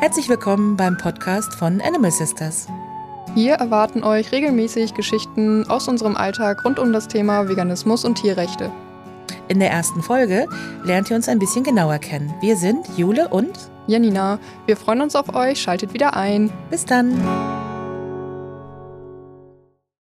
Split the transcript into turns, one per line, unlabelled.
Herzlich willkommen beim Podcast von Animal Sisters.
Hier erwarten euch regelmäßig Geschichten aus unserem Alltag rund um das Thema Veganismus und Tierrechte.
In der ersten Folge lernt ihr uns ein bisschen genauer kennen. Wir sind Jule und
Janina, wir freuen uns auf euch, schaltet wieder ein.
bis dann.